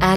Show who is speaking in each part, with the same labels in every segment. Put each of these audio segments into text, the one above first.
Speaker 1: At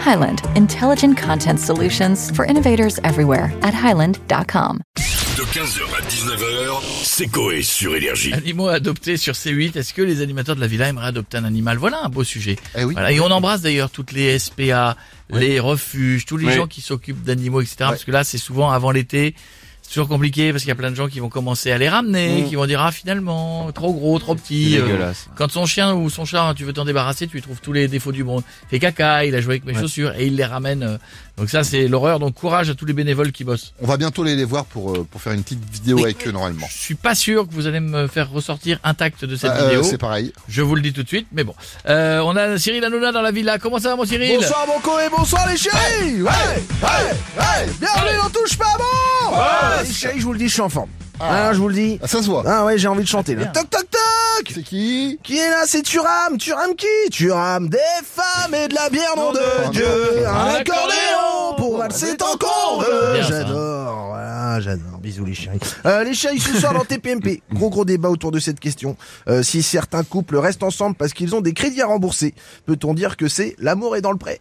Speaker 1: Highland, intelligent content solutions for innovators everywhere at highland.com.
Speaker 2: De 15h à 19h, c'est Coé sur Énergie.
Speaker 3: Animaux adoptés sur C8, est-ce que les animateurs de la villa aimeraient adopter un animal Voilà un beau sujet.
Speaker 4: Eh oui.
Speaker 3: Voilà, Et on embrasse d'ailleurs toutes les SPA, les refuges, tous les gens qui s'occupent d'animaux, etc. Parce que là, c'est souvent avant l'été. C'est toujours compliqué parce qu'il y a plein de gens qui vont commencer à les
Speaker 4: Mm.
Speaker 3: ramener, qui vont dire ah finalement trop gros, trop petit. Euh, quand son chien ou son chat, hein, tu veux t'en débarrasser, tu lui trouves tous les défauts du monde. Il fait caca, il a joué avec mes chaussures et il les ramène. euh. Donc ça c'est l'horreur. Donc courage à tous les bénévoles qui bossent.
Speaker 4: On va bientôt aller les voir pour, euh, pour faire une petite vidéo
Speaker 3: Mais-
Speaker 4: avec eux normalement.
Speaker 3: Je suis pas sûr que vous allez me faire ressortir intact de cette
Speaker 4: Ah, euh,
Speaker 3: vidéo.
Speaker 4: c'est pareil.
Speaker 3: Je vous le dis tout de suite, mais bon. Euh, on a Cyril Hanouna dans la villa. Comment ça va, mon Cyril
Speaker 5: Bonsoir mon co et bonsoir les chéris Ouais Ouais Ouais Bienvenue dans Touche pas bon Les chéris, je vous le dis, je suis en forme. Ah, je vous le dis.
Speaker 4: Ah, ça se voit.
Speaker 5: Ah ouais, j'ai envie de chanter là.
Speaker 3: bien.
Speaker 5: Toc toc toc
Speaker 4: C'est qui
Speaker 5: Qui est là C'est Turam Turam qui Turam des femmes et de la bière, nom
Speaker 4: Nom
Speaker 5: de
Speaker 4: de
Speaker 5: Dieu Un
Speaker 3: Un
Speaker 5: accordéon pour valser tant qu'on veut
Speaker 3: Bien, ça.
Speaker 5: J'adore voilà, J'adore, bisous les chéris. Euh, les chéris ce soir dans TPMP. Gros gros débat autour de cette question. Euh, si certains couples restent ensemble parce qu'ils ont des crédits à rembourser, peut-on dire que c'est l'amour est dans le prêt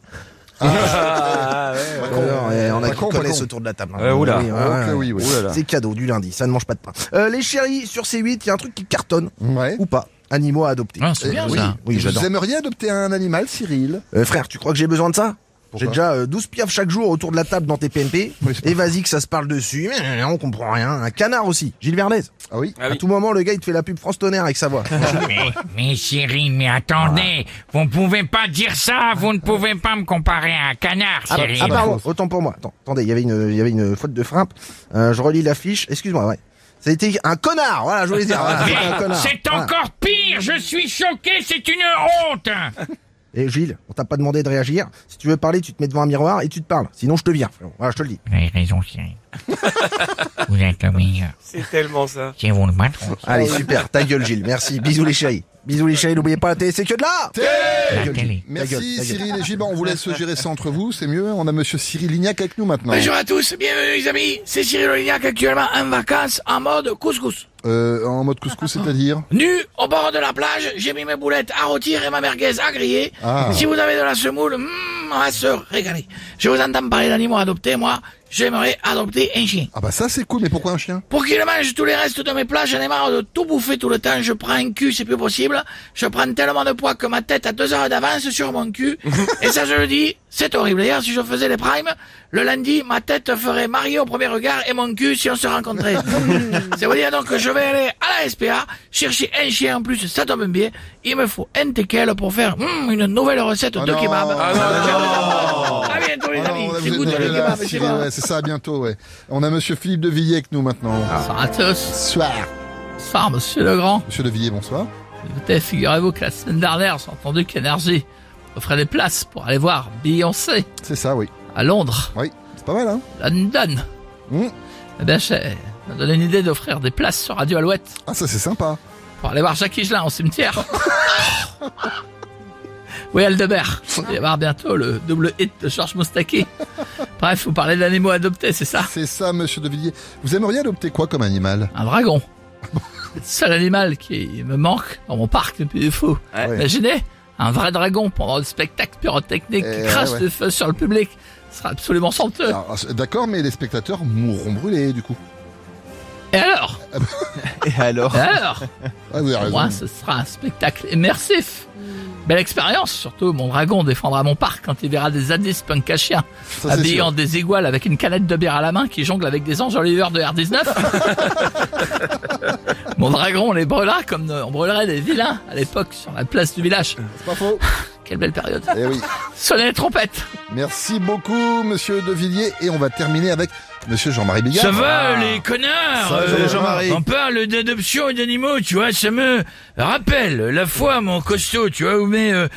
Speaker 4: Pas con.
Speaker 5: Alors, eh, on a
Speaker 4: Pas
Speaker 5: qui
Speaker 4: con, pas
Speaker 5: connaissent
Speaker 4: con.
Speaker 5: autour de la table. hein.
Speaker 6: Euh, oula.
Speaker 5: Oui, ouais,
Speaker 4: Ok,
Speaker 5: ouais.
Speaker 4: oui, oui.
Speaker 5: C'est cadeau du lundi, ça ne mange pas de pain. Euh, les chéris, sur C8, il y a un truc qui cartonne,
Speaker 4: Ouais.
Speaker 5: ou pas, animaux à adopter. Euh,
Speaker 3: Ah, c'est
Speaker 4: Eh,
Speaker 3: bien
Speaker 4: oui.
Speaker 3: ça.
Speaker 5: Oui, j'adore.
Speaker 4: Vous aimeriez adopter un animal, Cyril
Speaker 5: Euh, frère, tu crois que j'ai besoin de ça
Speaker 4: Pourquoi
Speaker 5: J'ai déjà euh, 12 piafs chaque jour autour de la table dans tes PMP.
Speaker 4: Oui, c'est
Speaker 5: Et vas-y que ça se parle dessus, mais on comprend rien. Un canard aussi, Gilles Vernaise.
Speaker 4: Ah oui.
Speaker 6: Ah oui.
Speaker 5: À tout moment, le gars, il te fait la pub France Tonnerre avec sa voix.
Speaker 7: Mais, mais chérie, mais attendez, vous ne pouvez pas dire ça, vous ne pouvez pas me comparer à un canard,
Speaker 5: Ah, bah,
Speaker 7: chérie.
Speaker 5: ah, pardon, autant pour moi. Attends, attendez, il y avait une, il y avait une faute de frappe. Euh, je relis la fiche. Excuse-moi, ouais. Ça a été un connard. Voilà, je voulais dire. voilà,
Speaker 7: Mais
Speaker 5: c'était un connard.
Speaker 7: c'est
Speaker 5: Voilà.
Speaker 7: encore pire, je suis choqué, c'est une honte.
Speaker 5: Et Gilles, on t'a pas demandé de réagir. Si tu veux parler, tu te mets devant un miroir et tu te parles. Sinon, je te vire. frérot. Voilà, je te le dis.
Speaker 7: Vous avez raison, chérie. vous êtes le meilleur.
Speaker 6: C'est tellement ça.
Speaker 7: C'est vous le patron.
Speaker 5: Allez, super. Ta gueule, Gilles. Merci. Bisous les chéris. Bisous les chéris. N'oubliez pas la télé, c'est que de là.
Speaker 7: La télé.
Speaker 4: Merci
Speaker 5: Ta gueule, ta gueule.
Speaker 4: Cyril et Gilles. Bon, on vous laisse gérer ça entre vous, c'est mieux. On a Monsieur Cyril Lignac avec nous maintenant.
Speaker 3: Bonjour à tous, bienvenue les amis. C'est Cyril Olignac actuellement en vacances en mode couscous.
Speaker 4: Euh, en mode couscous, c'est-à-dire
Speaker 3: Nu au bord de la plage, j'ai mis mes boulettes à rôtir et ma merguez à griller.
Speaker 4: Ah.
Speaker 3: Si vous avez de la semoule, hmm, on va se régaler. Je vous entends parler d'animaux adoptés, moi, j'aimerais adopter un chien.
Speaker 4: Ah bah ça c'est cool, mais pourquoi un chien
Speaker 3: Pour qu'il mange tous les restes de mes plats, j'en ai marre de tout bouffer tout le temps. Je prends un cul, c'est plus possible. Je prends tellement de poids que ma tête a deux heures d'avance sur mon cul. Et ça, je le dis, c'est horrible. D'ailleurs, si je faisais les primes, le lundi, ma tête ferait marier au premier regard et mon cul si on se rencontrait. ça veut dire donc que je vais aller à la SPA, chercher un chien en plus, ça tombe bien. Il me faut un teckel pour faire hum, une nouvelle recette
Speaker 4: Oh
Speaker 3: de
Speaker 4: non.
Speaker 3: kebab.
Speaker 4: Ah
Speaker 3: À bientôt, les
Speaker 4: Ah non,
Speaker 3: amis.
Speaker 4: on a- vous
Speaker 3: C'est
Speaker 4: êtes
Speaker 3: good, le
Speaker 4: dégueulasse,
Speaker 3: kebab, c'est
Speaker 4: Cyril,
Speaker 3: bon.
Speaker 4: ouais, c'est ça, à bientôt, ouais. On a Monsieur Philippe de Villiers avec nous maintenant.
Speaker 3: Bonsoir à tous.
Speaker 4: Bonsoir.
Speaker 3: Bonsoir, monsieur Legrand.
Speaker 4: Monsieur de Villiers, bonsoir.
Speaker 3: Écoutez, figurez-vous que la semaine dernière, j'ai entendu qu'Energy offrait des places pour aller voir Beyoncé
Speaker 4: C'est ça, oui.
Speaker 3: à Londres,
Speaker 4: Oui, c'est pas mal, hein
Speaker 3: London.
Speaker 4: Mm.
Speaker 3: Eh bien, ça m'a donné une idée d'offrir des places sur Radio Alouette
Speaker 4: Ah ça c'est sympa.
Speaker 3: pour aller voir Jacques Higelin au cimetière. oui, Aldebert. Il va y avoir bientôt le double hit de Georges Moustaki. Bref, vous parlez d'animaux adoptés, c'est ça
Speaker 4: C'est ça, monsieur de Villiers. Vous aimeriez adopter quoi comme animal
Speaker 3: Un dragon. C'est le seul animal qui me manque dans mon parc depuis des fous.
Speaker 6: Ouais.
Speaker 3: Imaginez un vrai dragon pendant le spectacle pyrotechnique
Speaker 4: Eh
Speaker 3: qui
Speaker 4: ouais,
Speaker 3: crache
Speaker 4: ouais.
Speaker 3: le feu sur le public. Ce sera absolument somptueux.
Speaker 4: Alors, euh, D'accord, mais les spectateurs mourront brûlés du coup.
Speaker 3: Et alors
Speaker 6: Et alors
Speaker 3: Et alors
Speaker 4: Ah, vous avez
Speaker 3: Pour
Speaker 4: raison.
Speaker 3: moi, ce sera un spectacle immersif. Belle expérience, surtout mon dragon défendra mon parc quand il verra des indices punkachiens
Speaker 4: Ça, c'est
Speaker 3: habillés
Speaker 4: sûr.
Speaker 3: en désigual avec une canette de bière à la main qui jongle avec des anges Oliver de R19. mon dragon on les brûlera comme on brûlerait des vilains à l'époque sur la place du village.
Speaker 4: C'est pas faux.
Speaker 3: Quelle belle période.
Speaker 4: Eh oui.
Speaker 3: Sonnez les trompettes.
Speaker 4: Merci beaucoup, monsieur de Villiers. Et on va terminer avec monsieur Jean-Marie Bigard.
Speaker 3: Ça va, les connards
Speaker 4: Ça va,
Speaker 3: euh,
Speaker 4: Jean-Marie.
Speaker 3: On parle d'adoption d'animaux, tu vois, ça me rappelle la fois, mon costaud, tu vois, où mes euh,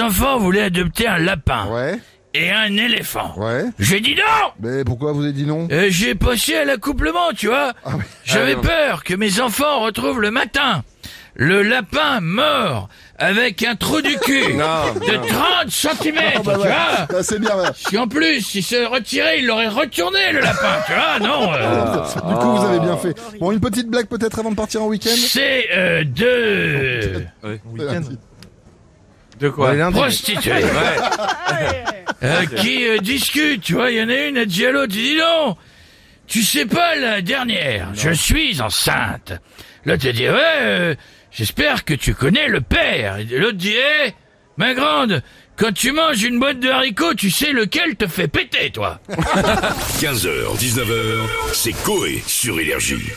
Speaker 3: enfants voulaient adopter un lapin.
Speaker 4: Ouais.
Speaker 3: et un éléphant.
Speaker 4: Ouais.
Speaker 3: J'ai dit non
Speaker 4: Mais pourquoi vous avez dit non
Speaker 3: Euh, J'ai passé à l'accouplement, tu vois. J'avais
Speaker 6: Ah, oui.
Speaker 3: peur que mes enfants retrouvent le matin le lapin mort avec un trou du cul
Speaker 6: Non,
Speaker 3: de 30 cm, tu vois.
Speaker 4: Ah, C'est bien. ouais.
Speaker 3: Si en plus il se retirait, il l'aurait retourné le lapin, tu vois, non euh,
Speaker 4: Du coup, vous avez bien fait. Bon, une petite blague peut-être avant de partir en week-end
Speaker 3: C'est euh, deux
Speaker 6: De quoi
Speaker 5: Ouais, lundi.
Speaker 3: prostituées
Speaker 6: Ouais.
Speaker 3: euh, qui euh, discutent, tu vois, il y en a une, elle dit à l'autre, dis donc, tu sais pas la dernière, je suis enceinte. L'autre elle dit, ouais, euh, j'espère que tu connais le père. Et L'autre dit, hé, ma grande, quand tu manges une boîte de haricots, tu sais lequel te fait péter, toi.
Speaker 2: 15h, 19h, c'est Coé sur Énergie.